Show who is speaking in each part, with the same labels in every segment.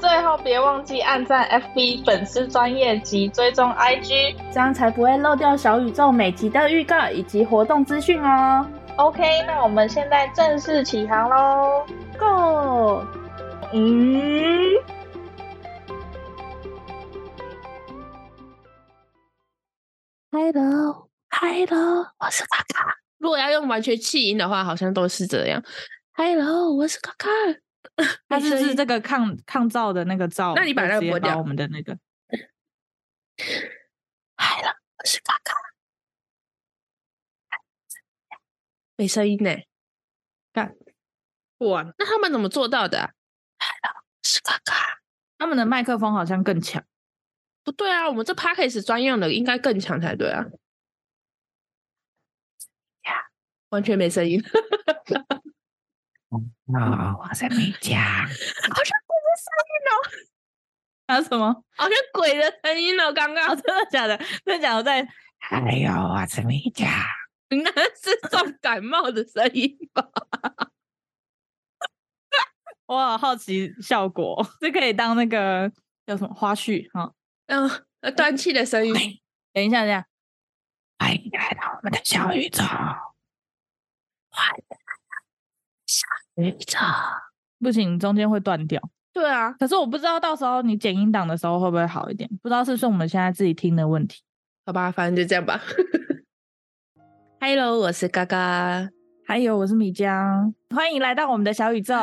Speaker 1: 最后别忘记按赞 FB 粉丝专业及追踪 IG。
Speaker 2: 这样才不会漏掉小宇宙每集的预告以及活动资讯哦。
Speaker 1: OK，那我们现在正式起航喽
Speaker 2: ，Go！
Speaker 1: 嗯，
Speaker 3: Hello，Hello，我是卡卡。如果要用完全气音的话，好像都是这样。Hello，我是卡卡。
Speaker 4: 它是不
Speaker 3: 声
Speaker 4: 是
Speaker 3: 音
Speaker 4: 这个抗抗噪的那个噪？
Speaker 3: 那你把
Speaker 4: 就
Speaker 3: 那个
Speaker 4: 直接
Speaker 3: 剥掉
Speaker 4: 我们的那个，
Speaker 3: Hello，我是卡卡。没声音呢、
Speaker 4: 干
Speaker 3: 哇，那他们怎么做到的、啊、？Hello，我是卡卡。
Speaker 4: 他们的麦克风好像更强。
Speaker 3: 不对啊，我们这 p a c k a g e 专用的应该更强才对啊。呀， 完全没声音。
Speaker 4: 啊，哇塞，美甲，
Speaker 3: 好像鬼的声音哦，
Speaker 4: 还有啊什么？
Speaker 3: 好像鬼的声音哦，刚刚
Speaker 4: 哦，真的假的？真的假的？我在。还有哇塞，美甲，
Speaker 3: 那是重感冒的声音吧？
Speaker 4: 我好好奇效果， 这可以当那个叫什么花絮啊？
Speaker 3: 嗯，呃断气的 声音。
Speaker 4: 等一下，等一下，欢迎来到我们的小宇宙。
Speaker 3: 没错，
Speaker 4: 不行，中间会断掉。
Speaker 3: 对啊，
Speaker 4: 可是我不知道到时候你剪音档的时候会不会好一点，不知道是不是我们现在自己听的问题。
Speaker 3: 好吧，反正就这样吧。Hello，我是嘎嘎，
Speaker 4: 还有，我是米江，欢迎来到我们的小宇宙。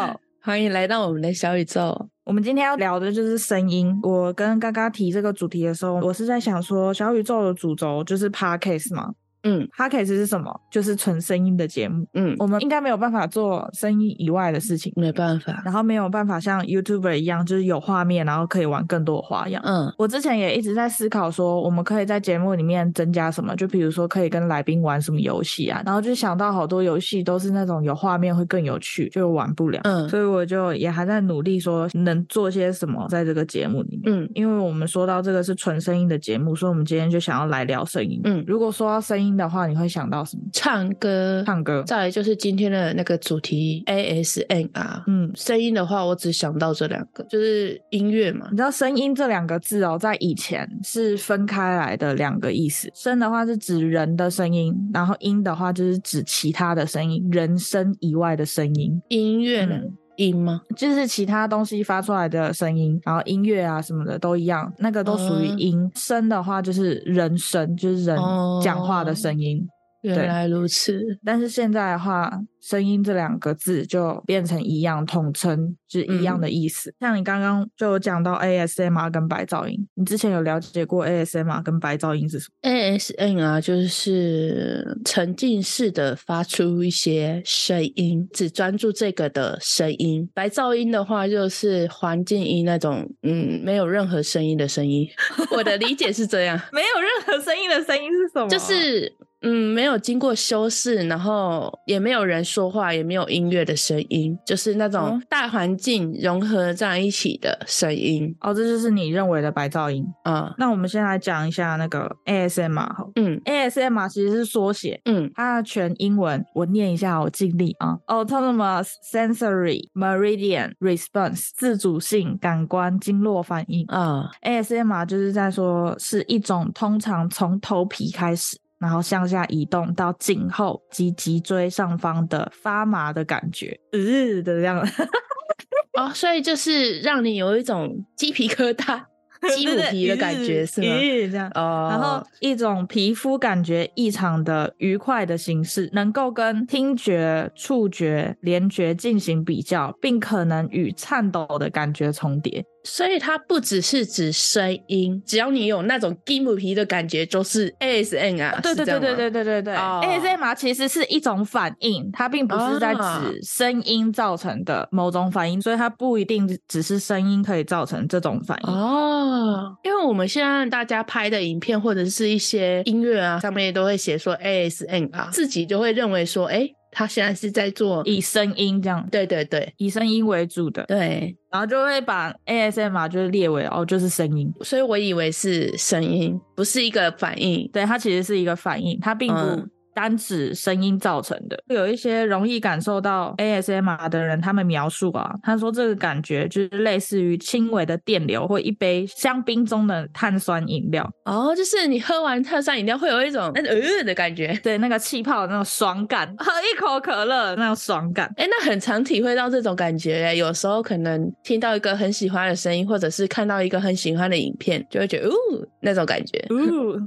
Speaker 3: 欢迎来到我们的小宇宙。
Speaker 4: 我们今天要聊的就是声音。我跟刚刚提这个主题的时候，我是在想说，小宇宙的主轴就是 podcast 嘛。
Speaker 3: 嗯
Speaker 4: podcast 是什么？就是纯声音的节目。
Speaker 3: 嗯，
Speaker 4: 我们应该没有办法做声音以外的事情，
Speaker 3: 没办法，
Speaker 4: 然后没有办法像 YouTuber 一样，就是有画面，然后可以玩更多的花样。
Speaker 3: 嗯
Speaker 4: 我之前也一直在思考说，我们可以在节目里面增加什么，就比如说可以跟来宾玩什么游戏啊，然后就想到好多游戏都是那种有画面会更有趣，就玩不了，
Speaker 3: 嗯
Speaker 4: 所以我就也还在努力说能做些什么在这个节目里面。
Speaker 3: 嗯
Speaker 4: 因为我们说到这个是纯声音的节目，所以我们今天就想要来聊声音。
Speaker 3: 嗯
Speaker 4: 如果说到声音的话，你会想到什么？
Speaker 3: 唱歌，
Speaker 4: 唱歌。
Speaker 3: 再来就是今天的那个主题 ASMR。
Speaker 4: 嗯，
Speaker 3: 声音的话，我只想到这两个，就是音乐嘛
Speaker 4: 你。知道“声音”这两个字哦，在以前是分开来的两个意思。声的话是指人的声音，然后音的话就是指其他的声音，人声以外的声音，
Speaker 3: 音乐呢？音吗？
Speaker 4: 就是其他东西发出来的声音，然后音乐啊什么的都一样，那个都属于
Speaker 3: 嗯
Speaker 4: 音。声、的话就是人声，就是人讲话的声音。
Speaker 3: 原
Speaker 4: 对
Speaker 3: 来如此。
Speaker 4: 但是现在的话，声音这两个字就变成一样统称，就是一样的
Speaker 3: 嗯
Speaker 4: 意思。像你刚刚就有讲到 ASMR 跟白噪音，你之前有了解过 ASMR 跟白噪音是什么？
Speaker 3: ASMR 啊就是沉浸式的发出一些声音，只专注这个的声音。白噪音的话，就是环境音那种，嗯，没有任何声音的声音。我的理解是这样，
Speaker 4: 没有任何声音的声音是什么？
Speaker 3: 就是嗯，没有经过修饰，然后也没有人说话，也没有音乐的声音，就是那种
Speaker 4: 哦
Speaker 3: 大环境融合在一起的声音
Speaker 4: 哦，这就是你认为的白噪音。
Speaker 3: 啊。
Speaker 4: 那我们先来讲一下那个 ASMR 好
Speaker 3: 嗯
Speaker 4: ，ASMR 其实是缩写。
Speaker 3: 嗯
Speaker 4: 它的全英文我念一下，我尽力啊。Autonomous sensory meridian response，自主性感官经络反应。
Speaker 3: 啊
Speaker 4: ASMR 就是在说是一种通常从头皮开始，然后向下移动到颈后及脊椎上方的发麻的感觉，日的这样，
Speaker 3: 哦，所以就是让你有一种鸡皮疙 瘩。 鸡
Speaker 4: 对
Speaker 3: 母
Speaker 4: 对
Speaker 3: 皮的感觉
Speaker 4: 日
Speaker 3: 是吗？
Speaker 4: 日这样。
Speaker 3: 哦，
Speaker 4: 然后一种皮肤感觉异常的愉快的形式，能够跟听觉、触觉、联觉进行比较，并可能与颤抖的感觉重叠。
Speaker 3: 所以它不只是指声音，只要你有那种鸡母皮的感觉，就是 ASN 啊。
Speaker 4: 哦对对对对对对对对、
Speaker 3: 哦
Speaker 4: a s m r 其实是一种反应，它并不是在
Speaker 3: 啊
Speaker 4: 指声音造成的某种反应，所以它不一定只是声音可以造成这种反应。
Speaker 3: 哦，因为我们现在大家拍的影片或者是一些音乐啊，上面都会写说 ASMR，自己就会认为说，哎，他现在是在做，
Speaker 4: 以声音这样，
Speaker 3: 对对对
Speaker 4: 以声音为主的，
Speaker 3: 对，
Speaker 4: 然后就会把 ASMR 就是列为哦，就是声音。
Speaker 3: 所以我以为是声音，不是一个反应。
Speaker 4: 对，它其实是一个反应，它并不
Speaker 3: 嗯
Speaker 4: 单指声音造成的。有一些容易感受到 ASMR 的人，他们描述啊，他说这个感觉就是类似于轻微的电流或一杯香槟中的碳酸饮料，
Speaker 3: 哦，就是你喝完碳酸饮料会有一种那呃的感觉。
Speaker 4: 对那个气泡的那种爽感， 喝一口可乐那种 爽感。
Speaker 3: 哎，那很常体会到这种感觉耶。有时候可能听到一个很喜欢的声音，或者是看到一个很喜欢的影片，就会觉得哦那种感觉。
Speaker 4: 呜
Speaker 3: 哦，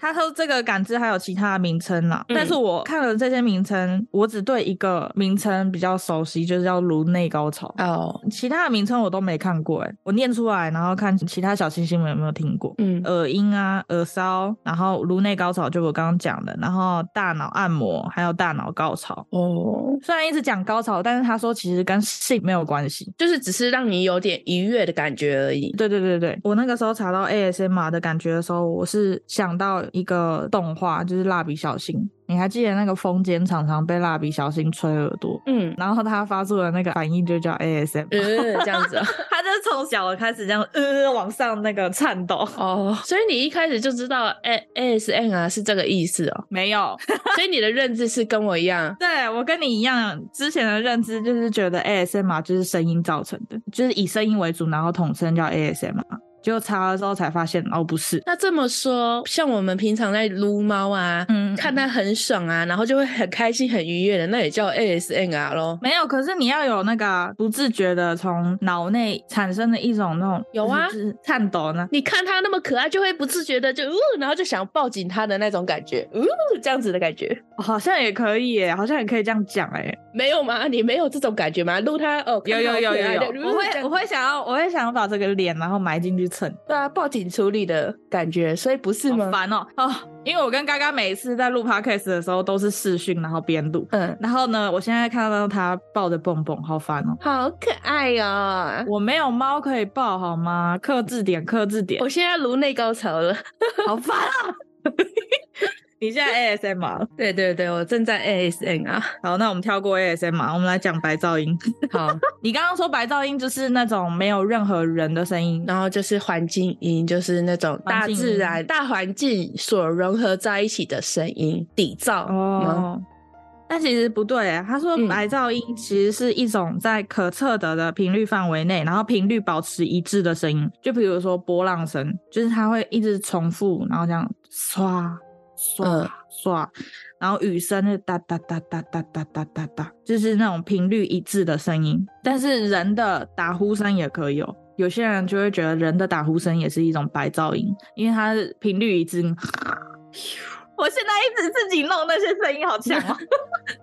Speaker 4: 他说这个感知还有其他的名称啦，
Speaker 3: 嗯
Speaker 4: 但是我看了这些名称，我只对一个名称比较熟悉，就是叫颅内高潮。嗯
Speaker 3: 哦，
Speaker 4: 其他的名称我都没看过、欸，我念出来，然后看其他小星星们有没有听过。
Speaker 3: 嗯，
Speaker 4: 耳音啊，耳骚，然后颅内高潮，就我刚刚讲的，然后大脑按摩，还有大脑高潮。
Speaker 3: 哦，
Speaker 4: 虽然一直讲高潮，但是他说其实跟性没有关系。
Speaker 3: 就是只是让你有点愉悦的感觉而已。
Speaker 4: 对对对对，我那个时候查到 ASMR 的感觉的时候，我是想到一个动画，就是蜡笔小新。你还记得那个风间常常被蜡笔小新吹耳朵，
Speaker 3: 嗯，
Speaker 4: 然后他发出的那个反应就叫 ASMR。
Speaker 3: 呃，这样子哦。
Speaker 4: 他就是从小开始这样，呃，往上那个颤抖。
Speaker 3: 哦，所以你一开始就知道 A S N 啊是这个意思哦，
Speaker 4: 没有，
Speaker 3: 所以你的认知是跟我一样。
Speaker 4: 对我跟你一样，之前的认知就是觉得 ASMR 就是声音造成的，就是以声音为主，然后统称叫 ASMR。结果查了之后才发现，哦，不是，
Speaker 3: 那这么说，像我们平常在撸猫啊，
Speaker 4: 嗯
Speaker 3: 看它很爽啊，然后就会很开心、很愉悦的，那也叫 ASMR 咯。
Speaker 4: 没有。可是你要有那个啊不自觉的从脑内产生的一种那种
Speaker 3: 有啊
Speaker 4: 就是就是颤抖呢。
Speaker 3: 你看它那么可爱，就会不自觉的就呜，然后就想抱紧它的那种感觉，呜，这样子的感觉。
Speaker 4: 哦好像也可以耶，好像也可以这样讲哎。
Speaker 3: 没有吗？你没有这种感觉吗？撸它哦，看
Speaker 4: 有
Speaker 3: 它
Speaker 4: 有有
Speaker 3: 可
Speaker 4: 有
Speaker 3: 爱
Speaker 4: 有
Speaker 3: 的，呜
Speaker 4: 我
Speaker 3: 这
Speaker 4: 会
Speaker 3: 样
Speaker 4: 我会想要我会想要把这个脸然后埋进去蹭。
Speaker 3: 对啊，报警处理的感觉，所以不是
Speaker 4: 好
Speaker 3: 吗？
Speaker 4: 烦哦哦，因为我跟嘎嘎每次在录 podcast 的时候都是视讯，然后边录。
Speaker 3: 嗯，
Speaker 4: 然后呢，我现在看到他抱着蹦蹦，好烦哦！
Speaker 3: 好可爱哦。
Speaker 4: 我没有猫可以抱，好吗？克制点，克制点
Speaker 3: 我，现在颅内高潮了。
Speaker 4: 好烦啊！ 你现在 ASMR 了
Speaker 3: 对对对，我正在 ASN 啊。
Speaker 4: 好，那我们跳过 ASMR，我们来讲白噪音。
Speaker 3: 好，
Speaker 4: 你刚刚说白噪音就是那种没有任何人的声音，
Speaker 3: 然后就是环境音，就是那种大
Speaker 4: 环境音
Speaker 3: 自然、大环境所融合在一起的声音，底噪吗。
Speaker 4: 哦。但其实不对欸，他说
Speaker 3: 嗯
Speaker 4: 白噪音其实是一种在可测得的频率范围内，然后频率保持一致的声音。就比如说波浪声，就是它会一直重复，然后这样唰唰
Speaker 3: 嗯
Speaker 4: 唰，然后雨声就哒哒哒哒哒哒哒哒哒，就是那种频率一致的声音。但是人的打呼声也可以哦。有些人就会觉得人的打呼声也是一种白噪音，因为它是频率一致。 我现在一直自己弄那些声音，好强哦！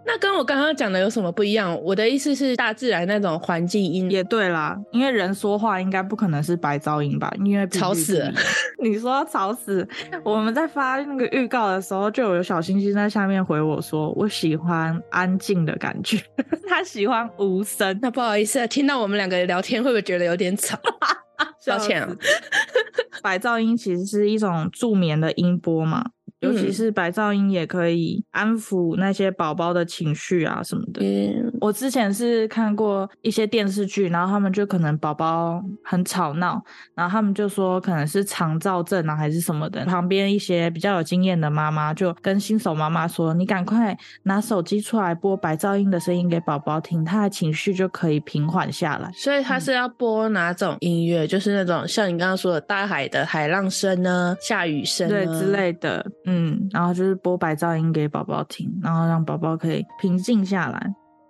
Speaker 3: 那跟我刚刚讲的有什么不一样？我的意思是，大自然那种环境音
Speaker 4: 也对啦，因为人说话应该不可能是白噪音吧？因为频率
Speaker 3: 吵死嗯了
Speaker 4: 不一样。你 说要吵死，我们在发那个预告的时候，就有小星星在下面回我说：“我喜欢安静的感觉， 他喜欢无声。
Speaker 3: 那不好意思、啊，听到我们两个聊天，会不会觉得有点 吵？抱歉啊
Speaker 4: 笑死。白噪音其实是一种助眠的音波嘛，尤其
Speaker 3: 嗯
Speaker 4: 是白噪音也可以安抚那些宝宝的情绪啊什么的。
Speaker 3: 嗯，
Speaker 4: 我之前是看过一些电视剧，然后他们就可能宝宝很吵闹，然后他们就说可能是肠燥症啊还是什么的。旁边一些比较有经验的妈妈就跟新手妈妈说：“你赶快拿手机出来播白噪音的声音给宝宝听，他的情绪就可以平缓下来。”
Speaker 3: 所以它是要播哪种音乐？就是那种像你刚刚说的大海的海浪声呢，下雨声
Speaker 4: 对
Speaker 3: 呢
Speaker 4: 之。类的，嗯，然后就是播白噪音给宝宝听，然后让宝宝可以平静下来。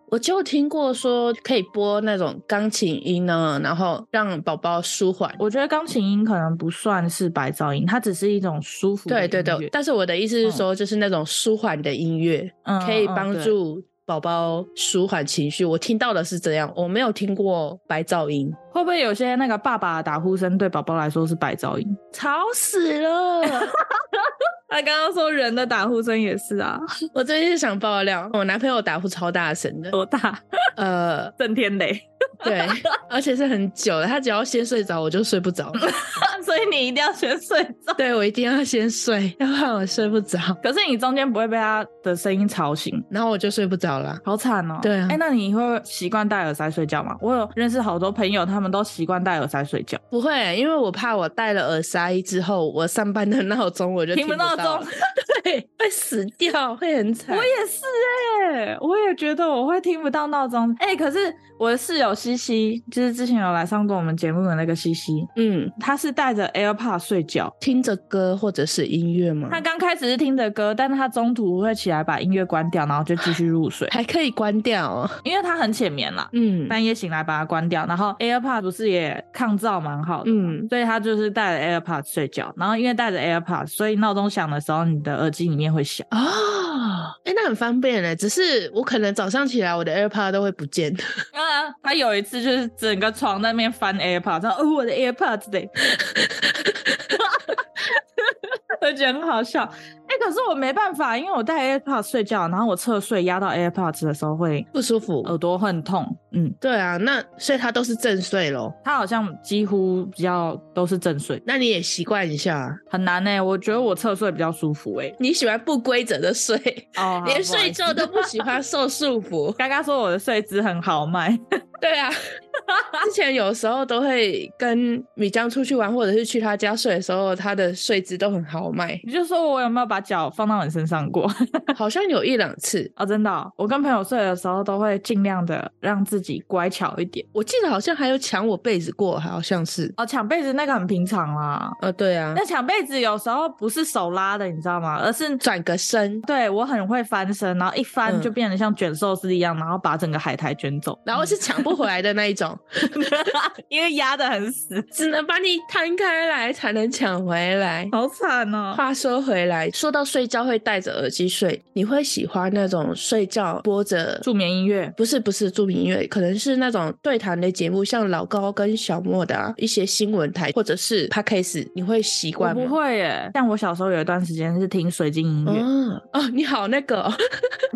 Speaker 3: 我就听过说可以播那种钢琴音呢，然后让宝宝舒缓。
Speaker 4: 我觉得钢琴音可能不算是白噪音，它只是一种舒服
Speaker 3: 对
Speaker 4: 的
Speaker 3: 对
Speaker 4: 音乐
Speaker 3: 对，但是我的意思是说，就是那种舒缓的音乐，
Speaker 4: 嗯
Speaker 3: 可以
Speaker 4: 嗯
Speaker 3: 帮
Speaker 4: 对
Speaker 3: 助宝宝舒缓情绪。我听到的是这样，我没有听过白噪音，
Speaker 4: 会不会有些那个爸爸的打呼声对宝宝来说是白噪音？
Speaker 3: 吵死了。
Speaker 4: 他刚刚说人的打呼声也是啊，
Speaker 3: 我最近是想爆料，我男朋友打呼超大声的，
Speaker 4: 多大？
Speaker 3: 呃，
Speaker 4: 震天雷。
Speaker 3: 对，而且是很久的，他只要先睡着，我就睡不 着。
Speaker 4: 所以你一定要先睡着。
Speaker 3: 对我一定要先睡，要不然我睡不着，
Speaker 4: 可是你中间不会被他的声音吵醒，
Speaker 3: 然后我就睡不着了。
Speaker 4: 好惨哦。
Speaker 3: 对啊
Speaker 4: 哎、那你会习惯戴耳塞睡觉吗？我有认识好多朋友，他们都习惯戴耳塞睡觉，
Speaker 3: 不会，因为我怕我戴了耳塞之后，我上班的 闹钟我就
Speaker 4: 听
Speaker 3: 不
Speaker 4: 不到
Speaker 3: 了
Speaker 4: 钟，。
Speaker 3: 对，会死掉，会很惨。
Speaker 4: 我也是哎、我也觉得我会听不到闹钟哎。可是我的室友西西，就是之前有来上过我们节目的那个西西，
Speaker 3: 嗯，
Speaker 4: 她是戴着 AirPod 睡觉。
Speaker 3: 听着歌或者是音乐吗？
Speaker 4: 她刚开始是听着歌，但是她中途会起来把音乐关掉，然后就继续入睡，
Speaker 3: 还可以关掉、哦。
Speaker 4: 因为她很浅眠啦。
Speaker 3: 嗯
Speaker 4: 半夜醒来把它关掉，然后 AirPod 不是也抗噪蛮好的吗，
Speaker 3: 嗯
Speaker 4: 所以他就是带着 AirPod 睡觉，然后因为带着 AirPod，所以闹钟响的时候，你的耳机里面会响。
Speaker 3: 哦，哎、那很方便嘞。只是我可能早上起来，我的 AirPod 都会不见。
Speaker 4: 当然，他有一次就是整个床在那边翻 AirPod，说：“哦，我的 AirPod 嘞。” 我觉得很好笑，哎、可是我没办法，因为我戴 AirPod 睡觉，然后我侧睡压到 AirPod 的时候会
Speaker 3: 不舒服
Speaker 4: 耳朵会很痛，嗯，
Speaker 3: 对啊，那所以它都是正睡咯。
Speaker 4: 它好像几乎比较都是正睡，
Speaker 3: 那你也习惯一下。啊
Speaker 4: 很难呢、欸我觉得我侧睡比较舒服哎、
Speaker 3: 你喜欢不规则的睡，
Speaker 4: 哦，好
Speaker 3: 连
Speaker 4: 不好
Speaker 3: 睡
Speaker 4: 意思。
Speaker 3: 觉啊都不喜欢受束缚
Speaker 4: 刚刚说我的睡姿很豪迈，
Speaker 3: 对啊，之前有时候都会跟米江出去玩，或者是去他家睡的时候，他的睡姿都很豪迈，
Speaker 4: 你就说我有没有把脚放到你身上过？
Speaker 3: 好像有一两次，
Speaker 4: 哦，真的哦、我跟朋友睡的时候都会尽量的让自己乖巧一点。
Speaker 3: 我记得好像还有抢我被子过，好像是。
Speaker 4: 哦，抢被子那个很平常啦。
Speaker 3: 呃，对啊，
Speaker 4: 那抢被子有时候不是手拉的，你知道吗？而是
Speaker 3: 转个身，
Speaker 4: 对我很会翻身，然后一翻就
Speaker 3: 嗯
Speaker 4: 变得像卷寿司一样，然后把整个海苔卷走，
Speaker 3: 然后是抢不回来的那一种，
Speaker 4: 因为压得很死，
Speaker 3: 只能把你摊开来才能抢回来。
Speaker 4: 好惨哦。
Speaker 3: 话说回来，说到睡觉会戴着耳机睡，你会喜欢那种睡觉播着
Speaker 4: 助眠音乐，
Speaker 3: 不是不是著名音乐，可能是那种对谈的节目，像老高跟小莫的、啊、一些新闻台，或者是 podcast，你会习
Speaker 4: 我
Speaker 3: 惯吗？
Speaker 4: 不会耶。嗯像我小时候有一段时间是听水晶音乐，
Speaker 3: 哦哦，你好那个 哦，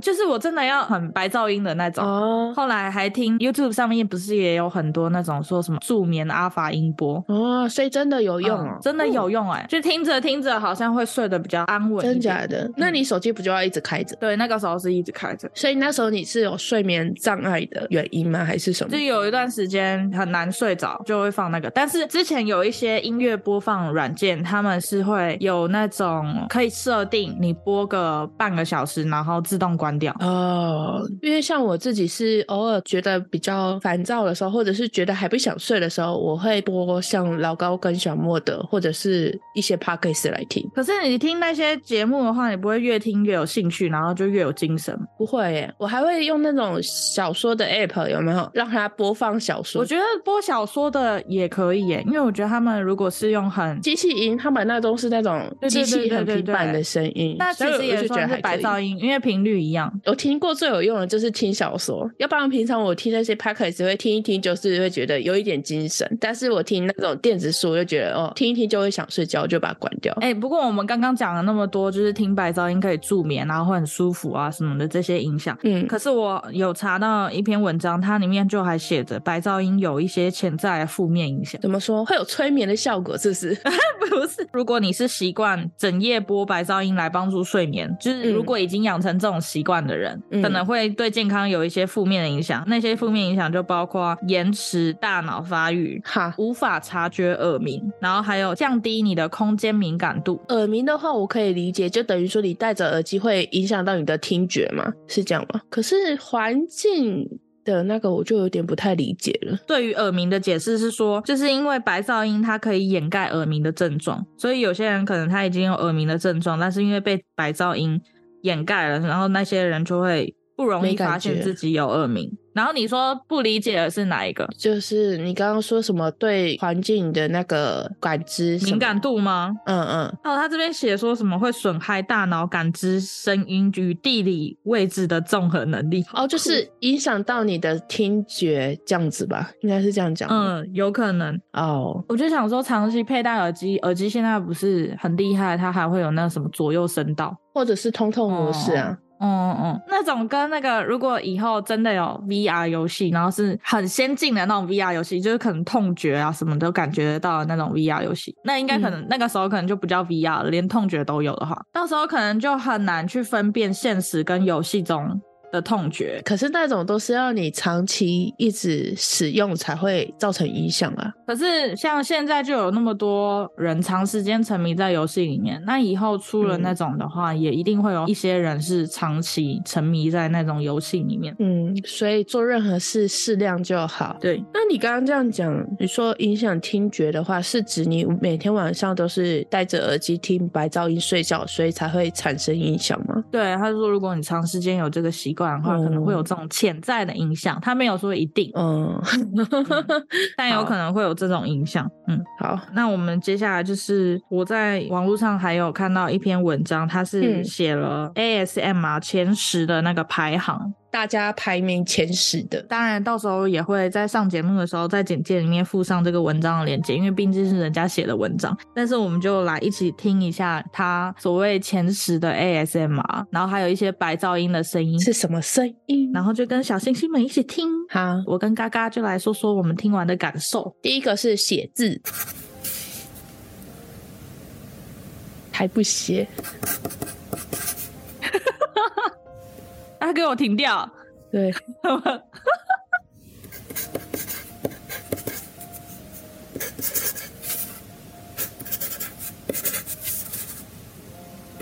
Speaker 4: 就是我真的要很白噪音的那种。
Speaker 3: 哦
Speaker 4: 后来还听 YouTube 上面不是也有很多那种说什么助眠阿法音波。
Speaker 3: 哦，所以真的有用哦
Speaker 4: 嗯，真的有用哎、就听着听着好像会睡得比较安稳一点。
Speaker 3: 真假的？
Speaker 4: 嗯
Speaker 3: 那你手机不就要一直开着？
Speaker 4: 对，那个时候是一直开着，
Speaker 3: 所以那时候你是有睡眠障碍的原因吗？还是什么
Speaker 4: 就？有一段时间很难睡着，就会放那个。但是之前有一些音乐播放软件，他们是会有那种可以设定你播个半个小时，然后自动关掉。
Speaker 3: 哦，因为像我自己是偶尔觉得比较烦躁的时候，或者是觉得还不想睡的时候，我会播像老高跟小莫的，或者是一些 podcast 来听。
Speaker 4: 可是你听那些节目的话，你不会越听越有兴趣，然后就越有精神吗
Speaker 3: 不会耶，我还会用那种小说的 app，有没有让它播放小说？
Speaker 4: 我觉得播小说的也可以耶，因为我觉得他们如果是用很，
Speaker 3: 机器音，他们那都是那种
Speaker 4: 对对
Speaker 3: 机器
Speaker 4: 对对
Speaker 3: 很
Speaker 4: 对
Speaker 3: 平板
Speaker 4: 对
Speaker 3: 的声音，
Speaker 4: 那其
Speaker 3: 所以
Speaker 4: 实
Speaker 3: 我
Speaker 4: 也
Speaker 3: 就觉得
Speaker 4: 算是
Speaker 3: 还
Speaker 4: 白
Speaker 3: 可以
Speaker 4: 噪。音，因为频率一样。
Speaker 3: 我听过最有用的就是听小说，要不然平常我听那些 podcast 会听一听，就是会觉得有一点精神。但是我听那种电子书，我就觉得哦，听一听就会想睡觉，就把它关掉。
Speaker 4: 哎、不过我们刚刚讲了那么多，就是听白噪音可以助眠，然后会很舒服啊什么的这些影响。
Speaker 3: 嗯，
Speaker 4: 可是我有查到一篇文章，它里面就还写着白噪音有一些潜在的负面影响。
Speaker 3: 怎么说会有催眠的效果，是不是？
Speaker 4: 不是，如果你是习惯整夜播白噪音来帮助睡眠，就是
Speaker 3: 嗯
Speaker 4: 如果已经养成这种习惯的人，
Speaker 3: 嗯
Speaker 4: 可能会对健康有一些负面的影响。那些负面影响就包括延迟大脑发育。
Speaker 3: 哈，
Speaker 4: 无法察觉耳鸣，然后还有降低你的空间敏感度。
Speaker 3: 耳鸣的话，我可以理解，就等于说你戴着耳机会影响到你的听觉嘛，是这样吗？可是环境的那个，我就有点不太理解了。
Speaker 4: 对于耳鸣的解释是说，就是因为白噪音它可以掩盖耳鸣的症状，所以有些人可能他已经有耳鸣的症状，但是因为被白噪音掩盖了，然后那些人就会不容
Speaker 3: 没
Speaker 4: 易
Speaker 3: 感
Speaker 4: 发现
Speaker 3: 觉
Speaker 4: 自己有耳鸣。然后你说不理解的是哪一个？
Speaker 3: 就是你刚刚说什么对环境的那个感知什
Speaker 4: 敏
Speaker 3: 么
Speaker 4: 感，度吗？
Speaker 3: 嗯嗯，
Speaker 4: 哦，他这边写说什么会损害大脑感知声音与地理位置的综合能力。
Speaker 3: 哦，就是影响到你的听觉这样子吧，应该是这样讲。，
Speaker 4: 嗯，有可能。
Speaker 3: 哦，
Speaker 4: 我就想说，长期佩戴耳机，耳机现在不是很厉害，它还会有那什么左右声道。
Speaker 3: 或者是通透模式啊，
Speaker 4: 嗯嗯嗯，那种跟那个，如果以后真的有 VR 游戏，然后是很先进的那种 VR 游戏，就是可能痛觉啊什么都感觉得到的那种 VR 游戏，那应该可能、那个时候可能就不叫 VR 了，连痛觉都有的话，到时候可能就很难去分辨现实跟游戏中的痛觉。
Speaker 3: 可是那种都是要你长期一直使用才会造成影响啊。
Speaker 4: 可是像现在就有那么多人长时间沉迷在游戏里面，那以后出了
Speaker 3: 嗯
Speaker 4: 那种的话，也一定会有一些人是长期沉迷在那种游戏里面。
Speaker 3: 嗯，所以做任何事适量就好。
Speaker 4: 对，
Speaker 3: 那你刚刚这样讲，你说影响听觉的话，是指你每天晚上都是戴着耳机听白噪音睡觉，所以才会产生影响吗？
Speaker 4: 对，他说如果你长时间有这个习惯的话，可能会
Speaker 3: 哦
Speaker 4: 有这种潜在的影响。他没有说一定，
Speaker 3: 嗯，
Speaker 4: 但有
Speaker 3: 好
Speaker 4: 可能会有这种影响。嗯，
Speaker 3: 好，
Speaker 4: 那我们接下来就是我在网络上还有看到一篇文章，它是
Speaker 3: 嗯
Speaker 4: 写了 ASM 啊前十的那个排行。
Speaker 3: 大家排名前十的，
Speaker 4: 当然，到时候也会在上节目的时候，在简介里面附上这个文章的链接，因为毕竟是人家写的文章。但是我们就来一起听一下他所谓前十的 ASM 啊，然后还有一些白噪音的声音
Speaker 3: 是什么声音？
Speaker 4: 然后就跟小星星们一起听。
Speaker 3: 好，
Speaker 4: 我跟嘎嘎就来说说我们听完的感受。
Speaker 3: 第一个是写字，还不写，
Speaker 4: 他给我停掉，
Speaker 3: 对，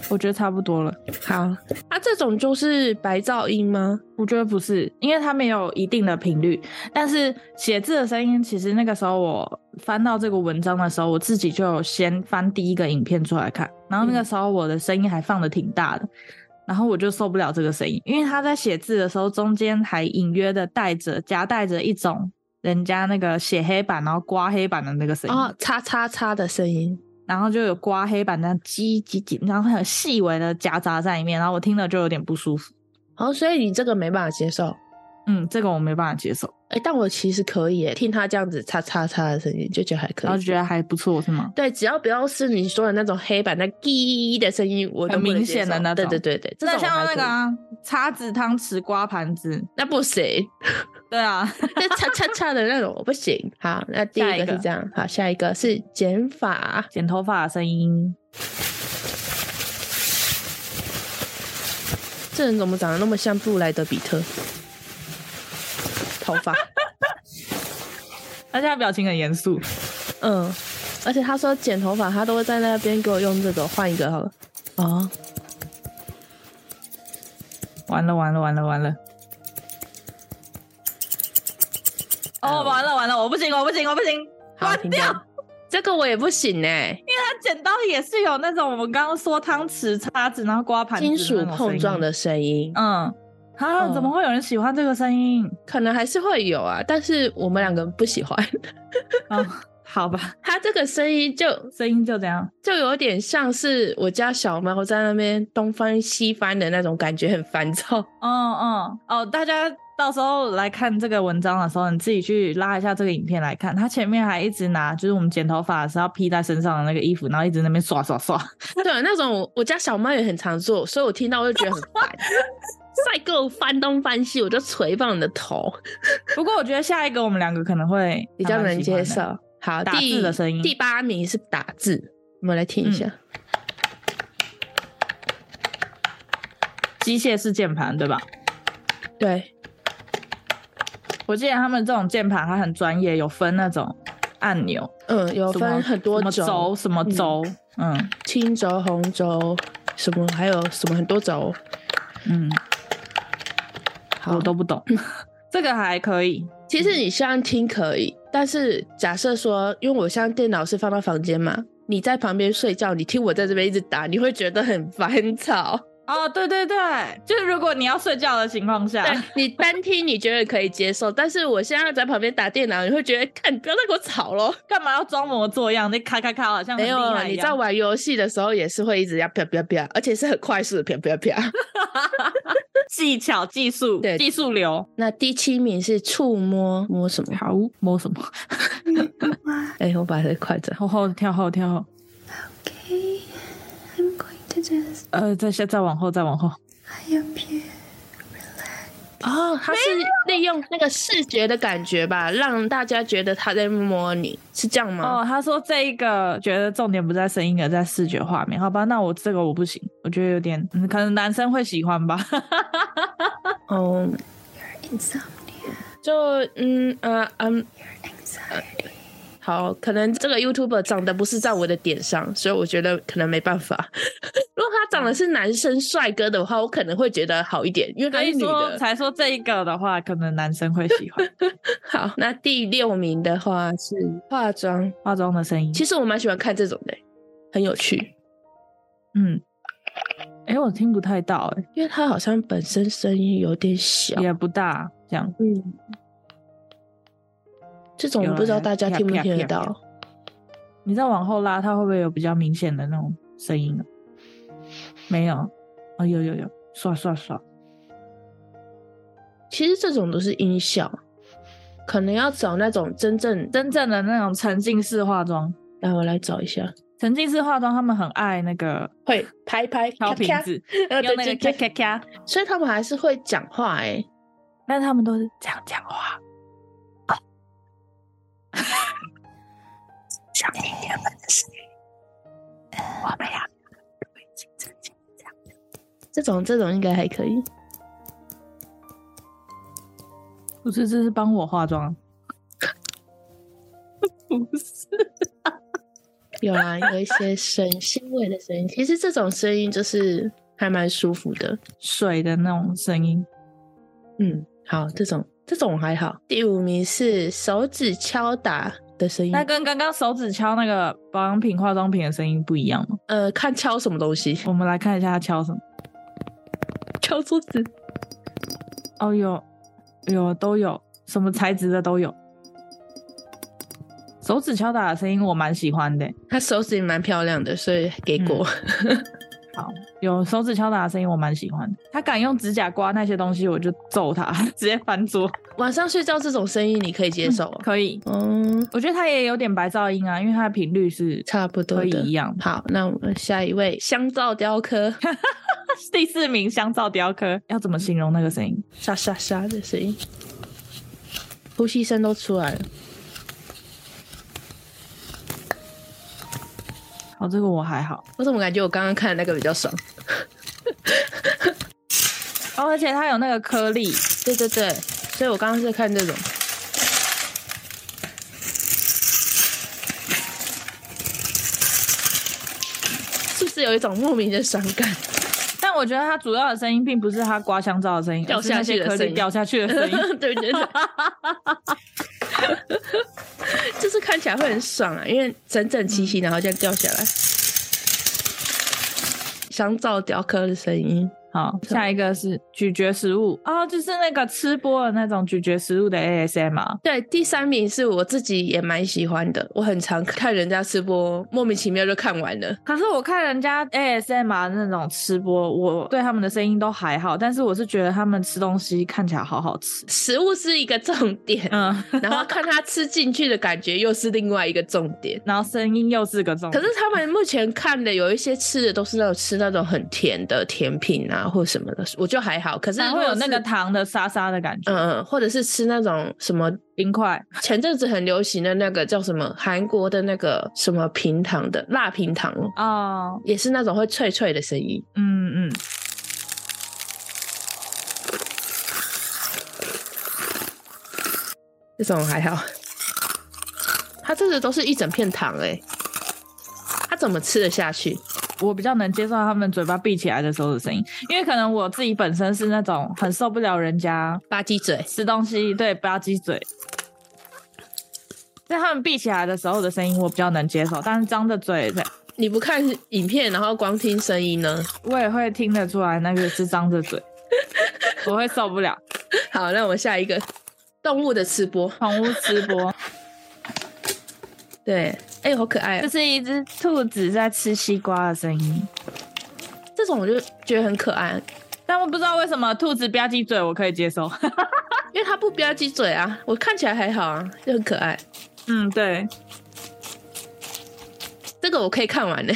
Speaker 4: 我觉得差不多了。
Speaker 3: 好，啊，这种就是白噪音吗？
Speaker 4: 我觉得不是，因为它没有一定的频率，但是写字的声音，其实那个时候我翻到这个文章的时候，我自己就有先翻第一个影片出来看，然后那个时候我的声音还放的挺大的，然后我就受不了这个声音，因为他在写字的时候，中间还隐约的带着夹带着一种人家那个写黑板然后刮黑板的那个声音，
Speaker 3: 啊，叉叉叉的声音，
Speaker 4: 然后就有刮黑板那样叽叽叽，然后很细微的夹杂在里面，然后我听了就有点不舒服。
Speaker 3: 哦，所以你这个没办法接受。
Speaker 4: 嗯，这个我没办法接受，
Speaker 3: 哎、但我其实可以耶听他这样子叉叉叉的声音，就觉得还可
Speaker 4: 然后
Speaker 3: 以
Speaker 4: 就。觉得还不错，是吗？
Speaker 3: 对，只要不要是你说的那种黑板那滴的声音，我都
Speaker 4: 很
Speaker 3: 不能
Speaker 4: 明
Speaker 3: 接
Speaker 4: 显的
Speaker 3: 受
Speaker 4: 那种
Speaker 3: 对对对对，这
Speaker 4: 那
Speaker 3: 种我
Speaker 4: 像
Speaker 3: 还
Speaker 4: 那
Speaker 3: 可
Speaker 4: 个、
Speaker 3: 以
Speaker 4: 啊、叉子、汤匙、刮盘子，
Speaker 3: 那不行，
Speaker 4: 对啊，
Speaker 3: 那叉叉叉的那种我不行。好，那第
Speaker 4: 下
Speaker 3: 一个
Speaker 4: 一个
Speaker 3: 是这样，好，下一个是减法，
Speaker 4: 剪头发的声音，
Speaker 3: 这人怎么长得那么像布莱德比特？头发，
Speaker 4: 而且他表情很严肃。
Speaker 3: 嗯，而且他说剪头发，他都会在那边给我用这个，换一个好了。哦，
Speaker 4: 完了完了完了完了！哦，完了完了，我不行我不行我不行！
Speaker 3: 好，
Speaker 4: 关
Speaker 3: 停掉。这个我也不行哎、
Speaker 4: 他剪刀也是有那种我们刚刚说汤匙、叉子，然后刮盘子
Speaker 3: 金
Speaker 4: 的那
Speaker 3: 属
Speaker 4: 种
Speaker 3: 碰
Speaker 4: 声
Speaker 3: 撞
Speaker 4: 音
Speaker 3: 的声音，
Speaker 4: 嗯，啊，
Speaker 3: 嗯
Speaker 4: 怎么会有人喜欢这个声音？
Speaker 3: 可能还是会有啊，但是我们两个不喜欢。
Speaker 4: 哦，好吧，
Speaker 3: 它这个声音就
Speaker 4: 声音就这样。
Speaker 3: 就有点像是我家小猫在那边东翻西翻的那种感觉，很烦躁。
Speaker 4: 嗯嗯，哦，大家到时候来看这个文章的时候，你自己去拉一下这个影片来看。他前面还一直拿就是我们剪头发的时候披在身上的那个衣服，然后一直在那边刷刷刷。
Speaker 3: 对啊，那种我家小猫也很常做，所以我听到我就觉得很 烦。再给我翻东翻西，我就捶爆你的头，
Speaker 4: 不过我觉得下一个我们两个可能会
Speaker 3: 比较
Speaker 4: 还蛮
Speaker 3: 能
Speaker 4: 喜欢
Speaker 3: 接
Speaker 4: 的
Speaker 3: 受。。好，
Speaker 4: 打
Speaker 3: 第
Speaker 4: 字的声音嗯
Speaker 3: 第八名是打字，我们来听一下。
Speaker 4: 机械式键盘对吧？
Speaker 3: 对，
Speaker 4: 我记得他们这种键盘它很专业，有分那种按钮，
Speaker 3: 嗯，有
Speaker 4: 什么
Speaker 3: 分很多
Speaker 4: 什么轴
Speaker 3: 种，
Speaker 4: 什么
Speaker 3: 嗯
Speaker 4: 轴，嗯
Speaker 3: 青轴、红轴，什么还有什么很多轴。
Speaker 4: 嗯，
Speaker 3: 好
Speaker 4: 我都不 懂。这个还可以，
Speaker 3: 其实你现在听可以，但是假设说，因为我现在电脑是放到房间嘛，你在旁边睡觉，你听我在这边一直打，你会觉得很烦躁。
Speaker 4: 哦，对对对，就是如果你要睡觉的情况下，
Speaker 3: 对你单听你觉得可以接受，但是我现在在旁边打电脑，你会觉得，看你不要再给我吵 咯。
Speaker 4: 干嘛要装模作样？那咔咔咔，好像很
Speaker 3: 没
Speaker 4: 厉
Speaker 3: 有啊，
Speaker 4: 害一
Speaker 3: 你
Speaker 4: 样
Speaker 3: 在玩游戏的时候也是会一直要啪啪啪，而且是很快速的啪啪啪。
Speaker 4: 技巧、技术、
Speaker 3: 对
Speaker 4: 技术流。
Speaker 3: 那第七名是触摸，摸什么？
Speaker 4: 好，摸什么？
Speaker 3: 哎、我把这快着。
Speaker 4: 后后跳后跳后，
Speaker 5: Okay, I'm going to just
Speaker 4: 呃，再下再往后再往后。
Speaker 5: I am here.
Speaker 3: 哦，他是利用那个视觉的感觉吧，让大家觉得他在摸你，是这样吗？
Speaker 4: 哦，他说这一个觉得重点不在声音，而在视觉画面。好吧，那我这个我不行，我觉得有点，嗯，可能男生会喜 欢吧。
Speaker 3: 哦，
Speaker 5: Your insomnia,
Speaker 3: 就嗯呃嗯，
Speaker 5: your anxiety.
Speaker 3: 好，可能这个 YouTuber 长得不是在我的点上，所以我觉得可能没办法。 如果他长得是男生帅哥的话，我可能会觉得好一点，因为他
Speaker 4: 所
Speaker 3: 是
Speaker 4: 以
Speaker 3: 女
Speaker 4: 哎说
Speaker 3: 的。
Speaker 4: 才说这一个的话，可能男生会喜欢
Speaker 3: 好，那第六名的话是化妆，
Speaker 4: 化妆的声音。
Speaker 3: 其实我蛮喜欢看这种的，很有趣，
Speaker 4: 嗯，哎、我听不太到、诶
Speaker 3: 因为他好像本身声音有点小，
Speaker 4: 也不大，这样。
Speaker 3: 嗯，这种
Speaker 4: 有
Speaker 3: 不知道
Speaker 4: 人
Speaker 3: 大家
Speaker 4: 啪
Speaker 3: 听不
Speaker 4: 啪
Speaker 3: 听得
Speaker 4: 啪啪
Speaker 3: 到？
Speaker 4: 你再往后拉，它会不会有比较明显的那种声音呢？没有，哦，有有有，刷刷刷，
Speaker 3: 其实这种都是音效，可能要找那种真正真。
Speaker 4: 真正的那种沉浸式化妆，
Speaker 3: 来，我来找一下，
Speaker 4: 沉浸式化妆他们很爱那个
Speaker 3: 会拍拍
Speaker 4: 挑
Speaker 3: 咔
Speaker 4: 瓶
Speaker 3: 咔
Speaker 4: 子，
Speaker 3: 呃
Speaker 4: 用
Speaker 3: 对
Speaker 4: 那个
Speaker 3: 对
Speaker 4: 咔
Speaker 3: 对
Speaker 4: 咔咔，
Speaker 3: 所以他们还是会讲话哎、
Speaker 4: 但他们都是这样讲话。想听你们的声音，我们呀，
Speaker 3: 这种这种应该还可以。
Speaker 4: 不是，这是帮我化妆，不是。
Speaker 3: 有啊，有一些声腥味的声音，其实这种声音就是还蛮舒服的。
Speaker 4: 水的那种声音。
Speaker 3: 嗯，好，这种这种还好。第五名是手指敲打的声音，
Speaker 4: 那跟刚刚手指敲那个保养品、化妆品的声音不一样吗？
Speaker 3: 呃，看敲什么东西，
Speaker 4: 我们来看一下它敲什么。
Speaker 3: 敲桌子。
Speaker 4: 哦，有，有都有，什么材质的都有。手指敲打的声音我蛮喜欢的，
Speaker 3: 她手指也蛮漂亮的，所以给过。
Speaker 4: 有手指敲打的声音我蛮喜欢的。他敢用指甲刮那些东西，我就揍他， 直接翻桌。
Speaker 3: 晚上睡觉这种声音你可以接受哦。
Speaker 4: 可以，
Speaker 3: 嗯，
Speaker 4: 我觉得他也有点白噪音啊，因为它的频率是
Speaker 3: 差不多
Speaker 4: 可以
Speaker 3: 的。
Speaker 4: 一样
Speaker 3: 好，那我们下一位香皂雕刻，
Speaker 4: 第四名香皂雕刻要怎么形容那个声音？
Speaker 3: 沙沙沙的声音，呼吸声都出来了。
Speaker 4: 好，哦这个我还好。
Speaker 3: 我怎么感觉我刚刚看的那个比较爽？
Speaker 4: 哦，而且它有那个颗粒，
Speaker 3: 对对对，所以我刚刚是看这种。是不是有一种莫名的爽感？
Speaker 4: 但我觉得它主要的声音并不是它刮香皂的声音，
Speaker 3: 掉
Speaker 4: 而是那
Speaker 3: 下去
Speaker 4: 些
Speaker 3: 的
Speaker 4: 颗
Speaker 3: 声
Speaker 4: 粒
Speaker 3: 音
Speaker 4: 掉下去的 声音。
Speaker 3: 对不对？就是看起来会很爽啊，因为整整齐
Speaker 4: 嗯
Speaker 3: 齐，然后这样掉下来，香皂雕刻的声音。
Speaker 4: 好，下一个是咀嚼食物哦，就是那个吃播的那种咀嚼食物的 ASM 啊。
Speaker 3: 对，第三名是我自己也蛮喜欢的，我很常看人家吃播，莫名其妙就看完了。
Speaker 4: 可是我看人家 ASM 啊那种吃播，我对他们的声音都还好，但是我是觉得他们吃东西看起来好好吃。
Speaker 3: 食物是一个重点，
Speaker 4: 嗯，
Speaker 3: 然后看他吃进去的感觉又是另外一个重点。
Speaker 4: 然后声音又是个重
Speaker 3: 可
Speaker 4: 点，
Speaker 3: 是他们目前看的有一些吃的都是那种吃那种很甜的甜品啊，或什么的，我就还好。可是
Speaker 4: 它
Speaker 3: 如
Speaker 4: 会
Speaker 3: 果
Speaker 4: 有那个
Speaker 3: 是
Speaker 4: 糖的沙沙的感觉，
Speaker 3: 嗯嗯，或者是吃那种什么，
Speaker 4: 冰块。
Speaker 3: 前阵子很流行的那个叫什么韩国的那个什么平糖的辣平糖哦，
Speaker 4: 哦，
Speaker 3: 也是那种会脆脆的声音。
Speaker 4: 嗯嗯，
Speaker 3: 这种还好。它这个都是一整片糖哎、它怎么吃得下去？
Speaker 4: 我比较能接受他们嘴巴闭起来的时候的声音，因为可能我自己本身是那种很受不了人家
Speaker 3: 吧唧嘴，
Speaker 4: 吃东西对吧唧嘴，在他们闭起来的时候的声音我比较能接受，但是张着嘴在
Speaker 3: 你不看影片，然后光听声音呢？
Speaker 4: 我也会听得出来那个是张着 嘴，我会受不了。
Speaker 3: 好，那我们下一个动物的吃播，
Speaker 4: 宠物吃播，
Speaker 3: 对，哎、好可爱、
Speaker 4: 这
Speaker 3: 啊，
Speaker 4: 是一只兔子在吃西瓜的声音，
Speaker 3: 这种我就觉得很可爱，
Speaker 4: 但我不知道为什么兔子吧唧嘴我可以接受。
Speaker 3: 因为它不标鸡嘴啊，我看起来还好啊，就很可爱。
Speaker 4: 嗯，对，
Speaker 3: 这个我可以看完呢、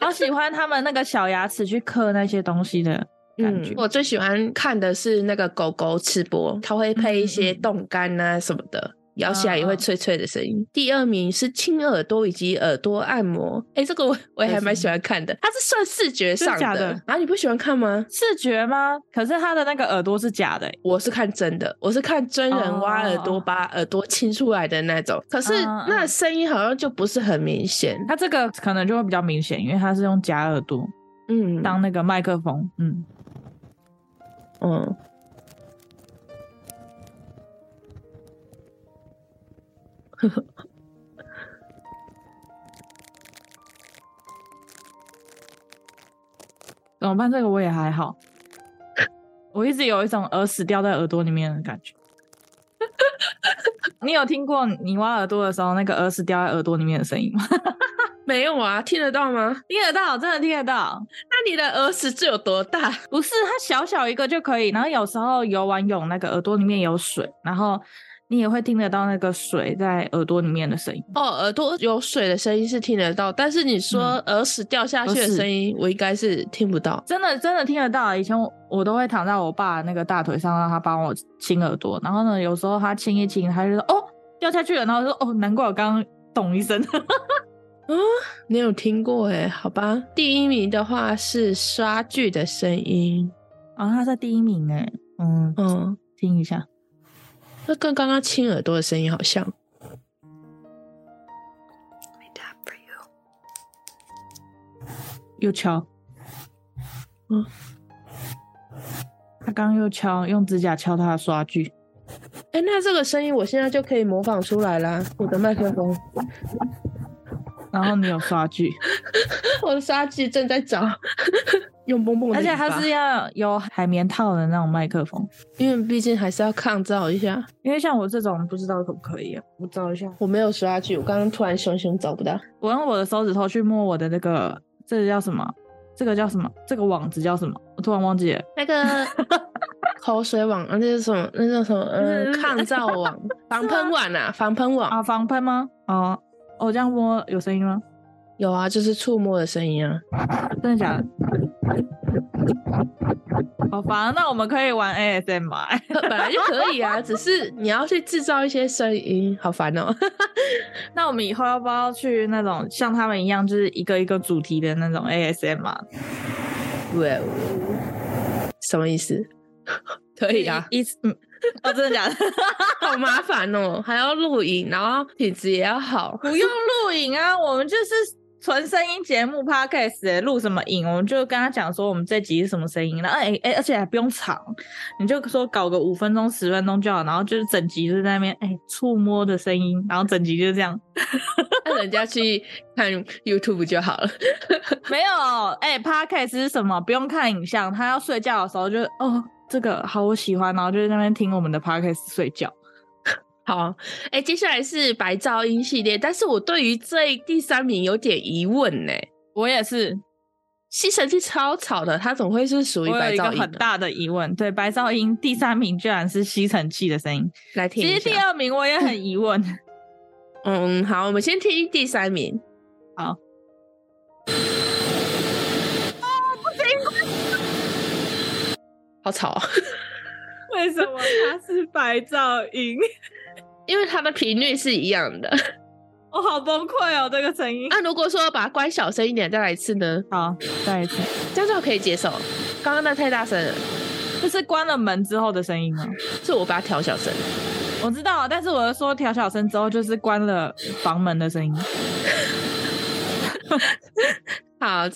Speaker 4: 好喜欢他们那个小牙齿去刻那些东西的感觉。
Speaker 3: 我最喜欢看的是那个狗狗吃播，它会配一些
Speaker 4: 嗯嗯嗯
Speaker 3: 冻干啊什么的。咬起来也
Speaker 4: 嗯
Speaker 3: 会
Speaker 4: 嗯
Speaker 3: 脆脆的声音。第二名是亲耳朵以及耳朵按摩，哎、这个我我也还蛮喜欢看的。它是算视觉
Speaker 4: 真的
Speaker 3: 上
Speaker 4: 假的
Speaker 3: 啊，你不喜欢看吗？
Speaker 4: 视觉吗？可是他的那个耳朵是假的、欸，
Speaker 3: 我是看真的，我是看真人挖耳朵，
Speaker 4: 哦
Speaker 3: 把耳朵清出来的那种。可是
Speaker 4: 嗯嗯嗯
Speaker 3: 那声音好像就不是很明显。
Speaker 4: 他这个可能就会比较明显，因为他是用假耳朵
Speaker 3: 嗯，
Speaker 4: 当那个麦克风。嗯，
Speaker 3: 嗯，
Speaker 4: 怎么办？这个我也还 好，我一直有一种耳屎掉在耳朵里面的感觉。 你有听过你挖耳朵的时候那个耳屎掉在耳朵里面的声音吗？
Speaker 3: 没有啊， 听得到吗？
Speaker 4: 听得到，真的听得到。
Speaker 3: 那你的耳屎是有多大？
Speaker 4: 不是，它小小一个就可以。然后有时候游完泳，那个耳朵里面有水，然后你也会听得到那个水在耳朵里面的声音。
Speaker 3: 哦，耳朵有水的声音是听得到，但是你说
Speaker 4: 嗯
Speaker 3: 耳屎掉下去的声音，我应该是听不到。
Speaker 4: 真的真的听得到。以前我我都会躺在我爸那个大腿上，让他帮我亲耳朵。然后呢，有时候他亲一亲，他就说：“哦，掉下去了。”然后我就说：“哦，难怪我刚刚咚一声。
Speaker 3: 你有听过哎、好吧。第一名的话是刷剧的声音，”
Speaker 4: 然后他在第一名哎，嗯，
Speaker 3: 嗯，
Speaker 4: 听一下，
Speaker 3: 那跟刚刚亲耳朵的声音好像。
Speaker 5: I tap for you.
Speaker 4: 又敲，
Speaker 3: 嗯，
Speaker 4: 他刚刚又敲，用指甲敲他的刷具。
Speaker 3: 哎、那这个声音我现在就可以模仿出来啦！我的麦克风，
Speaker 4: 然后你有刷 具，
Speaker 3: 我的杀鸡正在找， 用蹦蹦的
Speaker 4: 而
Speaker 3: 尾
Speaker 4: 且
Speaker 3: 巴，
Speaker 4: 它是要有海绵套的那种麦克风，
Speaker 3: 因为毕竟还是要抗噪一下。
Speaker 4: 因为像我这种不知道可不可以、啊，我找一下。
Speaker 3: 我没有刷剧，我刚刚突然熊熊找不到。
Speaker 4: 我用我的手指头去摸我的那个，这个叫什么？这个叫什么？这个网子叫什么？我突然忘记了。
Speaker 3: 那个 口水网，啊那是什么？那叫什么？呃，
Speaker 4: 嗯
Speaker 3: 抗噪网、防喷网啊，防喷网、
Speaker 4: 啊，防喷吗？哦，我、这样摸有声音吗？
Speaker 3: 有啊，就是触摸的声音啊。
Speaker 4: 真的假的？好烦，那我们可以玩 ASMR。
Speaker 3: 可本来就可以啊，只是你要去制造一些声音，好烦哦。
Speaker 4: 那我们以后要不要去那种像他们一样，就是一个一个主题的那种 ASMR？
Speaker 3: 喂，什么意思？可以啊，
Speaker 4: 一次，嗯，哦，真的假的？
Speaker 3: 好麻烦哦，还要录影，然后品质也要好。
Speaker 4: 不用录影啊，我们就是纯声音节目 podcast，欸录、什么影？我们就跟他讲说我们这集是什么声音，然后哎哎、欸而且还不用长，你就说搞个五分钟、十分钟就好，然后就是整集就在那边哎触摸的声音，然后整集就是这样。
Speaker 3: 那人家去看 YouTube 就好了。
Speaker 4: 没有哎、欸、，podcast 是什么？不用看影像，他要睡觉的时候就哦这个好我喜欢，然后就在那边听我们的 podcast 睡觉。
Speaker 3: 好，哎、接下来是白噪音系列，但是我对于这第三名有点疑问呢、
Speaker 4: 我也是，
Speaker 3: 吸尘器超吵的，它总会是属
Speaker 4: 我
Speaker 3: 于
Speaker 4: 有
Speaker 3: 白
Speaker 4: 一个
Speaker 3: 噪音
Speaker 4: 很
Speaker 3: 的。
Speaker 4: 大的疑问，对白噪音第三名居然是吸尘器的声音。
Speaker 3: 来听
Speaker 4: 其
Speaker 3: 一
Speaker 4: 实第
Speaker 3: 下。
Speaker 4: 二名我也很疑问，
Speaker 3: 嗯，好，我们先听第三名。哦
Speaker 4: 好。
Speaker 3: 好吵、啊，
Speaker 4: 为什么它是白噪音？
Speaker 3: 因为它的频率是一样的。
Speaker 4: 我好崩溃哦，这个声音。
Speaker 3: 那、如果说把它关小声一点再来一次呢？
Speaker 4: 好，再一次，
Speaker 3: 这样就可以接受。刚刚那太大声了，
Speaker 4: 这是关了门之后的声音吗？
Speaker 3: 是我把它调小声。
Speaker 4: 我知道，啊但是我是说调小声之后就是关了房门的声音。
Speaker 3: 好，那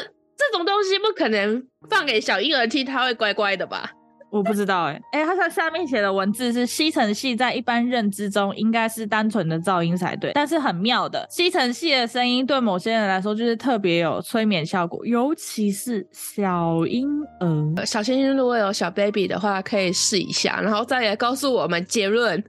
Speaker 3: 这种东西不可能放给小婴儿听，他会乖乖的吧？
Speaker 4: 我不知道哎、 欸、哎、它它下面写的文字是吸尘器在一般认知中应该是单纯的噪音才对，但是很妙的，吸尘器的声音对某些人来说就是特别有催眠效果，尤其是小婴儿。
Speaker 3: 呃小星星如果有小 baby 的话，可以试一下，然后再来告诉我们结论。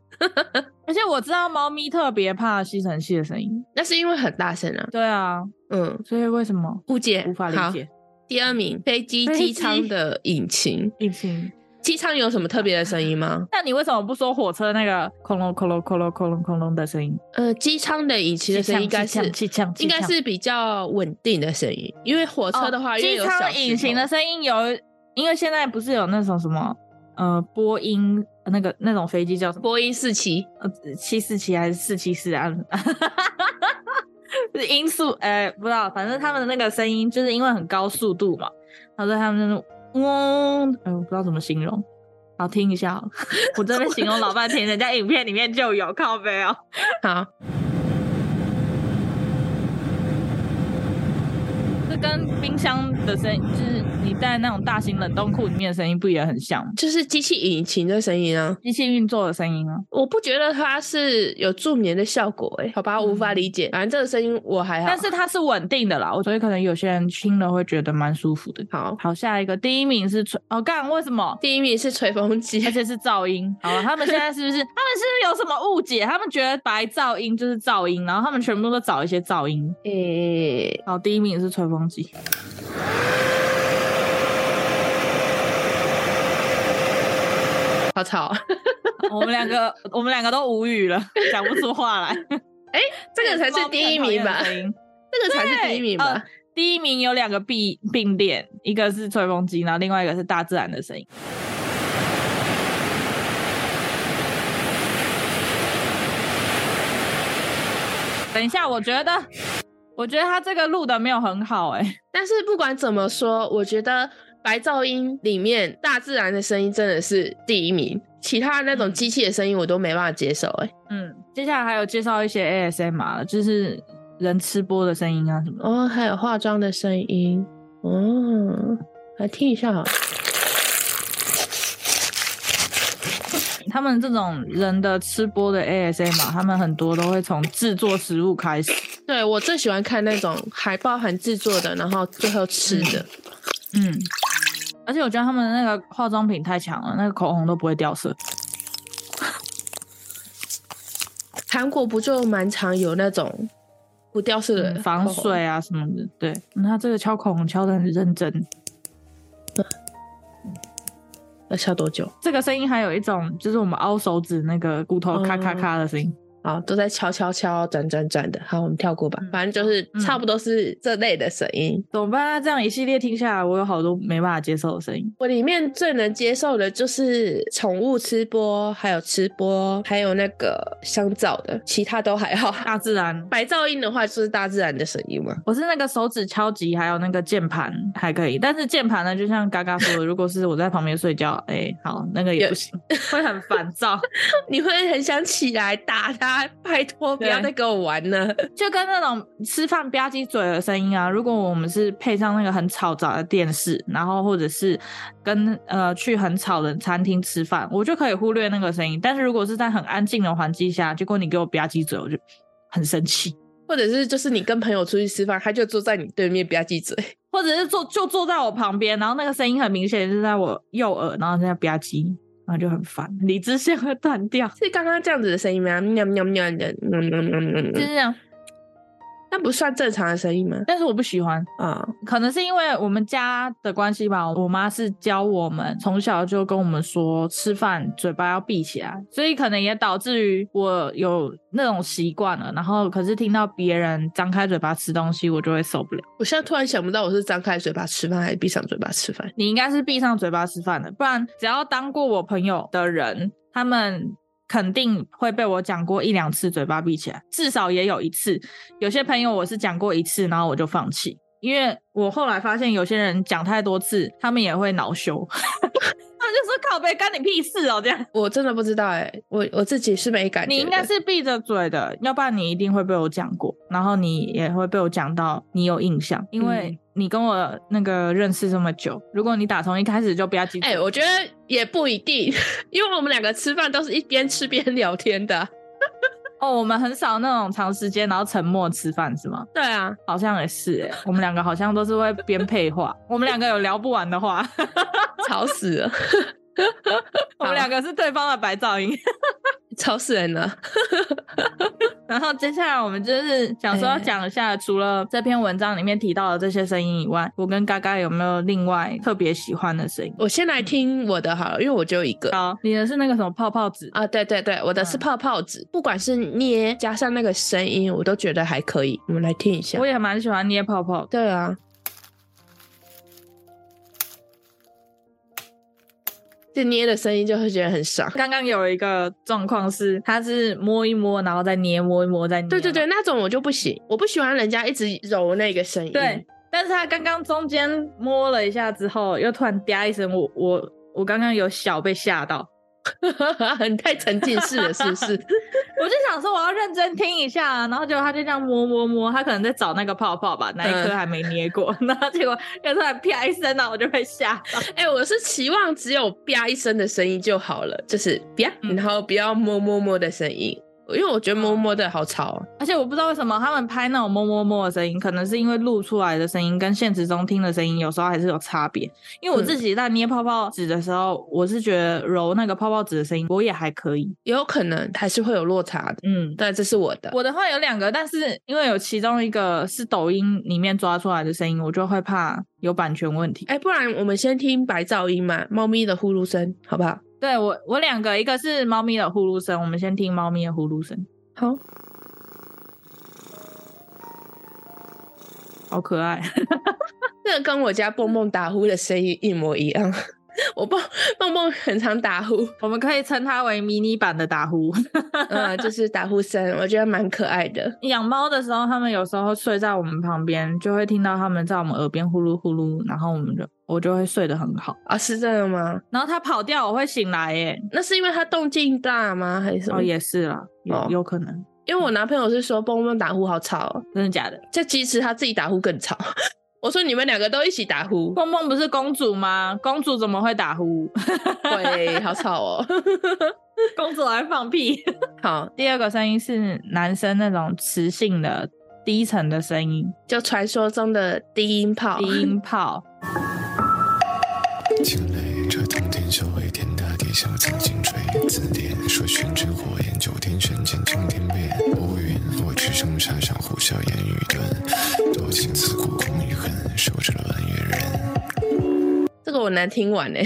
Speaker 4: 而且我知道猫咪特别怕吸尘器的声音。
Speaker 3: 那是因为很大声啊，
Speaker 4: 对啊，
Speaker 3: 嗯，
Speaker 4: 所以为什么
Speaker 3: 误解
Speaker 4: 无法理。解
Speaker 3: 好？第二名，飞机
Speaker 4: 飞
Speaker 3: 机
Speaker 4: 机
Speaker 3: 舱的引擎，
Speaker 4: 疫情。
Speaker 3: 机舱有什么特别的声音吗？
Speaker 4: 那你为什么不说火车那个空隆空隆空隆空隆空隆的声音？
Speaker 3: 呃，机舱的引擎的声音应该是
Speaker 4: 气呛气
Speaker 3: 应
Speaker 4: 呛
Speaker 3: 该是比较稳定的声音，因为火车的话，
Speaker 4: 哦
Speaker 3: 因为
Speaker 4: 机
Speaker 3: 有
Speaker 4: 舱
Speaker 3: 小
Speaker 4: 引擎的
Speaker 3: 时
Speaker 4: 声音有，因为现在不是有那种什么呃波音呃那个那种飞机叫什
Speaker 3: 候
Speaker 4: 么
Speaker 3: 波音四七，
Speaker 4: 呃七四七还是四七四啊？ 是音速呃不知道，反正他们的那个声音就是因为很高速度嘛，然后所以他们那种嗡，哎、我不知道怎么形容。好听一下好了，哦我这边形容老半天，人家影片里面就有靠背哦。
Speaker 3: 好，
Speaker 4: 这跟冰箱的声音，就是你在那种大型冷冻库里面的声音，不也很像吗？
Speaker 3: 就是机器引擎的声音啊，
Speaker 4: 机器运作的声音啊。
Speaker 3: 我不觉得它是有助眠的效果、欸，哎，好吧，无法理解。反正这个声音我还好，
Speaker 4: 嗯但是它是稳定的啦，我所以可能有些人听了会觉得蛮舒服的。
Speaker 3: 好，
Speaker 4: 好，下一个第一名是吹哦，干为什么？
Speaker 3: 第一名是吹风机
Speaker 4: 而，且是噪音。好了，他们现在是不是他们是不是有什么误解？他们觉得白噪音就是噪音，然后他们全部都找一些噪音。
Speaker 3: 诶、
Speaker 4: 好，第一名是吹风机。
Speaker 3: 好 吵，
Speaker 4: 我们两个我们两个都无语了，讲不出话来。
Speaker 3: 这个才是第一名吧
Speaker 4: 这个是猫咪很讨厌的？声音
Speaker 3: 这个才是第一名吧？
Speaker 4: 对呃第一名有两个并并列，一个是吹风机，然后另外一个是大自然的声音。等一下，我觉得，我觉得他这个录的没有很好、哎，
Speaker 3: 但是不管怎么说，我觉得白噪音里面大自然的声音真的是第一名，其他那种机器的声音我都没办法接受、欸，哎，
Speaker 4: 嗯，接下来还有介绍一些 ASMR，了就是人吃播的声音啊什么的。
Speaker 3: 哦，还有化妆的声音，哦，来听一下哦好了，
Speaker 4: 他们这种人的吃播的 ASMR，他们很多都会从制作食物开始。
Speaker 3: 对我最喜欢看那种还包含制作的，然后最后吃的，
Speaker 4: 嗯，而且我觉得他们那个化妆品太强了，那个口红都不会掉色。
Speaker 3: 韩国不就蛮常有那种不掉色的、
Speaker 4: 嗯防水啊什么的，对，嗯他这个敲口红敲的很认真。
Speaker 3: 要消多久？
Speaker 4: 这个声音还有一种就是我们凹手指那个骨头咔咔咔的声音，
Speaker 3: 啊，都在敲敲敲、转转转的。好，我们跳过吧，
Speaker 4: 嗯
Speaker 3: 反正就是
Speaker 4: 嗯
Speaker 3: 差不多是这类的声音。
Speaker 4: 怎么办啊？这样一系列听下来，我有好多没办法接受的声音。
Speaker 3: 我里面最能接受的就是宠物吃播，还有吃播，还有那个香皂的，其他都还好。
Speaker 4: 大自然，
Speaker 3: 白噪音的话就是大自然的声音嘛。
Speaker 4: 我是那个手指敲击，还有那个键盘还可以，但是键盘呢，就像嘎嘎说的，如果是我在旁边睡觉，哎、好，那个也不行， 会很烦躁。
Speaker 3: 你会很想起来打它，拜托不
Speaker 4: 对
Speaker 3: 要再跟我玩了。
Speaker 4: 就跟那种吃饭吧唧嘴的声音啊，如果我们是配上那个很吵杂的电视，然后或者是跟呃去很吵的餐厅吃饭，我就可以忽略那个声音。但是如果是在很安静的环境下，结果你给我吧唧嘴，我就很生气。
Speaker 3: 或者是就是你跟朋友出去吃饭，他就坐在你对面，不要记嘴。
Speaker 4: 或者是坐就坐在我旁边，然后那个声音很明显就是在我右耳，然后在吧唧，然后就很烦，理智线会断掉，
Speaker 3: 是刚刚这样子的声音吗？喵喵喵喵喵喵喵喵
Speaker 4: 就
Speaker 3: 喵
Speaker 4: 是，这样。
Speaker 3: 那不算正常的声音吗？
Speaker 4: 但是我不喜欢，
Speaker 3: 啊、
Speaker 4: 可能是因为我们家的关系吧，我妈是教我们从小就跟我们说吃饭嘴巴要闭起来，所以可能也导致于我有那种习惯了。然后可是听到别人张开嘴巴吃东西，我就会受不了。
Speaker 3: 我现在突然想不到我是张开嘴巴吃饭还是闭上嘴巴吃饭。
Speaker 4: 你应该是闭上嘴巴吃饭的，不然只要当过我朋友的人，他们肯定会被我讲过一两次嘴巴闭起来，至少也有一次。有些朋友我是讲过一次，然后我就放弃，因为我后来发现有些人讲太多次，他们也会恼羞， 他们就说靠背干你屁事哦，这样。
Speaker 3: 我真的不知道哎、我我自己是没感觉。
Speaker 4: 你应该，是闭着嘴的，要不然你一定会被我讲过，然后你也会被我讲到你有印象，因为
Speaker 3: 嗯
Speaker 4: 你跟我那个认识这么久，如果你打从一开始就不要记住，
Speaker 3: 哎、我觉得也不一定， 因为我们两个吃饭都是一边吃边聊天的啊。
Speaker 4: 哦，我们很少那种长时间然后沉默吃饭是吗？
Speaker 3: 对啊，
Speaker 4: 好像也是哎、我们两个好像都是会边配话，我们两个有聊不完的话，
Speaker 3: 吵死了，
Speaker 4: 我们两个是对方的白噪音。
Speaker 3: 吵死人了。
Speaker 4: 然后接下来我们就是想说要讲一下，除了这篇文章里面提到的这些声音以外，我跟嘎嘎有没有另外特别喜欢的声音？
Speaker 3: 我先来听我的好了，因为我只有一个。
Speaker 4: 好，你的是那个什么泡泡纸
Speaker 3: 啊，对对对，我的是
Speaker 4: 嗯
Speaker 3: 泡泡纸，不管是捏加上那个声音，我都觉得还可以。我们来听一下
Speaker 4: 我。也蛮喜欢捏泡泡的。
Speaker 3: 对啊，这捏的声音就会觉得很爽。
Speaker 4: 刚刚有一个状况是，它是摸一摸，然后再捏，摸一摸，再捏。
Speaker 3: 对对对，。那种我就不行，我不喜欢人家一直揉那个声音。
Speaker 4: 对，但是他刚刚中间摸了一下之后，又突然嗲一声，我我我刚刚有小被吓到，
Speaker 3: 你太沉浸式了，是不是？
Speaker 4: 我就想说我要认真听一下啊，然后结果他就这样摸摸摸，他可能在找那个泡泡吧，那一颗
Speaker 3: 嗯
Speaker 4: 还没捏过， 然后结果又突然啪一声呢，我就被吓到。
Speaker 3: 哎、我是期望只有啪一声的声音就好了，就是啪，
Speaker 4: 嗯
Speaker 3: 然后不要摸摸摸的声音，因为我觉得摸摸的好吵哦。
Speaker 4: 而且我不知道为什么他们拍那种摸摸摸的声音，可能是因为录出来的声音跟现实中听的声音有时候还是有差别。因为我
Speaker 3: 嗯
Speaker 4: 自己在捏泡泡纸的时候，我是觉得揉那个泡泡纸的声音我也还可以，
Speaker 3: 也有可能还是会有落差的。
Speaker 4: 嗯。
Speaker 3: 但这是我的，
Speaker 4: 我的话有两个，但是因为有其中一个是抖音里面抓出来的声音，我就会怕有版权问题。
Speaker 3: 哎、不然我们先听白噪音嘛，猫咪的呼噜声，好不好？
Speaker 4: 对我，我两个，一个是猫咪的呼噜声，我们先听猫咪的呼噜声，
Speaker 3: 好，
Speaker 4: 好可爱。
Speaker 3: 这个跟我家蹦蹦打呼的声音一模一样。 我蹦蹦蹦很常打呼，
Speaker 4: 我们可以称它为迷你版的打呼。
Speaker 3: 嗯，就是打呼声，我觉得蛮可爱的。
Speaker 4: 养猫的时候，它们有时候睡在我们旁边，就会听到它们在我们耳边呼噜呼噜，然后我们就我就会睡得很好。
Speaker 3: 啊，是真的吗？
Speaker 4: 然后它跑掉，我会醒来耶。
Speaker 3: 那是因为它动静大吗？还是什么？
Speaker 4: 哦，也是啦，有、
Speaker 3: 哦
Speaker 4: 有可能，
Speaker 3: 因为我男朋友是说蹦蹦打呼好吵、哦，
Speaker 4: 真的假的？
Speaker 3: 这其实他自己打呼更吵。 我说你们两个都一起打呼，
Speaker 4: 蹦蹦不是公主吗？公主怎么会打呼？
Speaker 3: 对，好吵哦。
Speaker 4: 公主还会放屁。
Speaker 3: 好，
Speaker 4: 第二个声音是男生那种磁性的低沉的声音，
Speaker 3: 就传说中的低音炮，
Speaker 4: 低音炮。
Speaker 6: 惊雷，这通天修为，天大地小，紫金锤，字典说玄之火焰，九天玄剑，冲天变，乌云我驰骋沙上，呼啸烟雨顿，多情自古空余恨，手执了弯月人。
Speaker 3: 这个我难听完哎、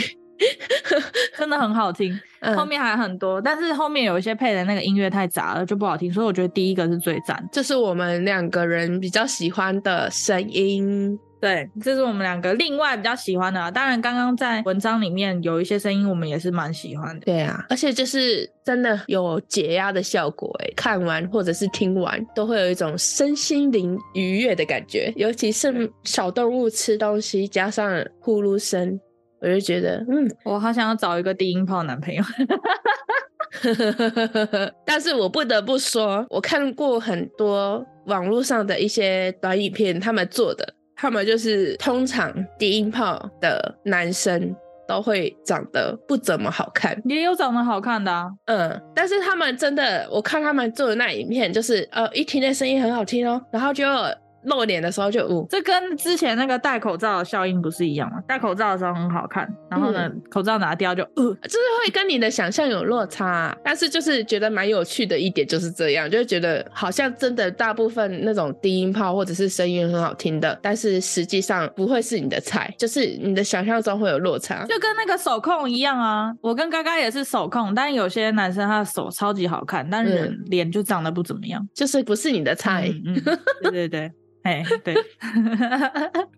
Speaker 4: 真的很好听，
Speaker 3: 嗯
Speaker 4: 后面还很多，但是后面有一些配的那个音乐太杂了，就不好听，所以我觉得第一个是最赞。
Speaker 3: 这是我们两个人比较喜欢的声音。
Speaker 4: 对，这是我们两个另外比较喜欢的、啊。当然，刚刚在文章里面有一些声音，我们也是蛮喜欢的。
Speaker 3: 对啊，而且就是真的有解压的效果哎、看完或者是听完都会有一种身心灵愉悦的感觉，尤其是小动物吃东西加上呼噜声，我就觉得嗯
Speaker 4: 我好想要找一个低音炮男朋友，
Speaker 3: 但是我不得不说，我看过很多网络上的一些短影片，他们做的，他们就是通常低音炮的男生都会长得不怎么好看，
Speaker 4: 也有长得好看的、啊。
Speaker 3: 嗯，但是他们真的，我看他们做的那影片，就是呃，一听那声音很好听哦，然后就露脸的时候就哦呜、
Speaker 4: 这跟之前那个戴口罩的效应不是一样吗？戴口罩的时候很好看，然后呢，口罩拿掉就呃，
Speaker 3: 就是会跟你的想象有落差、啊但是就是觉得蛮有趣的一点就是这样，就会觉得好像真的大部分那种低音炮或者是声音很好听的，但是实际上不会是你的菜，就是你的想象中会有落差。
Speaker 4: 就跟那个手控一样啊。我跟嘎嘎也是手控，但有些男生他的手超级好看，但人脸就长得不怎么样。
Speaker 3: 就是不是你的菜，
Speaker 4: 嗯，嗯对对对，哎， 对，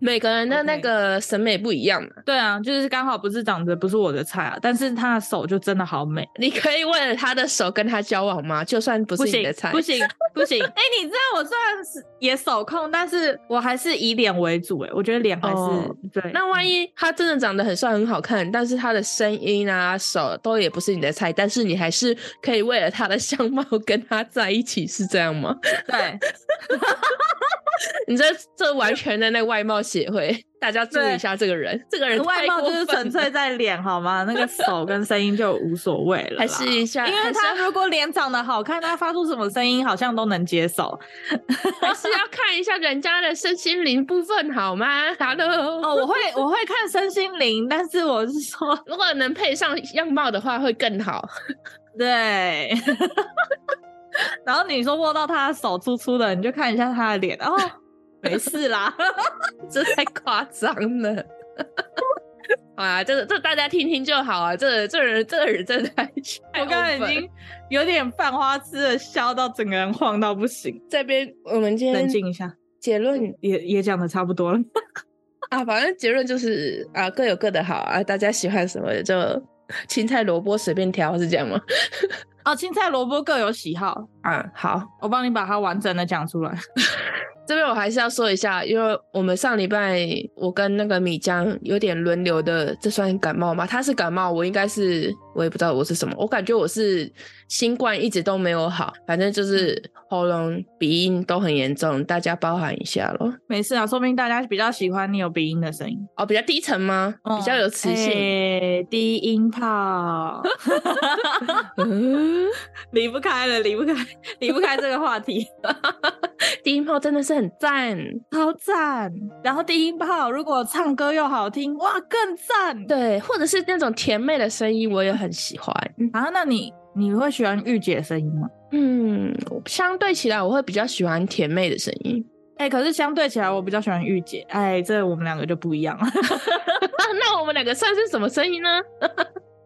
Speaker 3: 每个人的
Speaker 4: OK
Speaker 3: 那个审美不一样嘛。
Speaker 4: 对啊，就是刚好不是长得不是我的菜啊，但是他的手就真的好美，
Speaker 3: 你可以为了他的手跟他交往吗？就算不是你
Speaker 4: 行
Speaker 3: 的菜，
Speaker 4: 不行不行，哎、你知道我虽然是也手控，但是我还是以脸为主、哎，我觉得脸还是、
Speaker 3: 哦
Speaker 4: 对。
Speaker 3: 那万
Speaker 4: 一
Speaker 3: 一他真的长得很帅很好看，但是他的声音啊、手都也不是你的菜，但是你还是可 以为了他的相貌跟他在一起，是这样吗？
Speaker 4: 对，
Speaker 3: 你这这完全的那个外貌协会，大家注意一下这个人，这个人
Speaker 4: 外
Speaker 3: 太
Speaker 4: 貌就
Speaker 3: 过
Speaker 4: 是
Speaker 3: 分
Speaker 4: 纯
Speaker 3: 了
Speaker 4: 粹在脸好吗？那个手跟声音就无所谓了啦，
Speaker 3: 还是一下，
Speaker 4: 因为
Speaker 3: 还是
Speaker 4: 他如果脸长得好看，他发出什么声音好像都能接受。
Speaker 3: 还是要看一下人家的身心灵部分好吗？Hello，
Speaker 4: 哦，我会我会看身心灵，但是我是说，
Speaker 3: 如果能配上样貌的话，会更好。
Speaker 4: 对。 然后你说握到他的手粗粗的，你就看一下他的脸，哦，没事啦。
Speaker 3: 这太夸张了。 好啊，这个这大家听听就好啊。这个这人这个人真的太， 太
Speaker 4: 我刚才已
Speaker 3: over 了
Speaker 4: 经有点犯花痴的笑到整个人晃到不行。
Speaker 3: 这边我们今
Speaker 4: 冷
Speaker 3: 天
Speaker 4: 静一下，
Speaker 3: 结论
Speaker 4: 也也讲的差不多了。
Speaker 3: 啊，反正结论就是啊，各有各的好啊，大家喜欢什么就青菜萝卜随便挑，是这样吗？
Speaker 4: 哦，青菜萝卜各有喜好，
Speaker 3: 啊，好，
Speaker 4: 我帮你把它完整的讲出来。
Speaker 3: 这边我还是要说一下，因为我们上礼拜我跟那个米江有点轮流的，这算感冒吗？他是感冒，我应该是我也不知道我是什么，我感觉我是新冠一直都没有好，反正就是喉咙、鼻音都很严重，大家包涵一下咯。
Speaker 4: 没事啊，说明大家比较喜欢你有鼻音的声音，
Speaker 3: 哦，比较低沉吗？比较有磁 性。
Speaker 4: 哦哎低音炮，
Speaker 3: 嗯，
Speaker 4: 离不开了，离不开，离不开这个话题，
Speaker 3: 低音炮真的是很赞，
Speaker 4: 超赞。然后低音炮如果唱歌又好听，哇，更赞。
Speaker 3: 对，或者是那种甜妹的声音，我也很喜欢。
Speaker 4: 然啊后那你你会喜欢御姐的声音吗？
Speaker 3: 嗯，相对起来，我会比较喜欢甜妹的声音。
Speaker 4: 哎、可是相对起来，我比较喜欢御姐。哎，这我们两个就不一样了。
Speaker 3: 啊，那我们两个算是什么声音呢？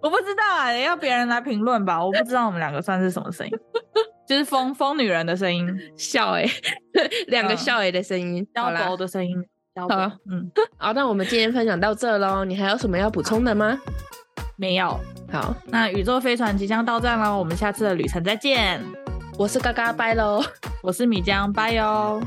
Speaker 4: 我不知道啊，要别人来评论吧。我不知道我们两个算是什么 声音，就是疯疯女人的声音，
Speaker 3: 笑哎、 两个
Speaker 4: 嗯
Speaker 3: 笑哎、的声音。好
Speaker 4: 娇
Speaker 3: 啦
Speaker 4: 柔，的声音。娇
Speaker 3: 好啊
Speaker 4: 柔，嗯，
Speaker 3: 好，那我们今天分享到这喽。你还有什么要补充的吗？
Speaker 4: 没有。
Speaker 3: 好，
Speaker 4: 那宇宙飞船即将到站了，我们下次的旅程再见。
Speaker 3: 我是嘎嘎拜喽。
Speaker 4: 我是米江，拜哟。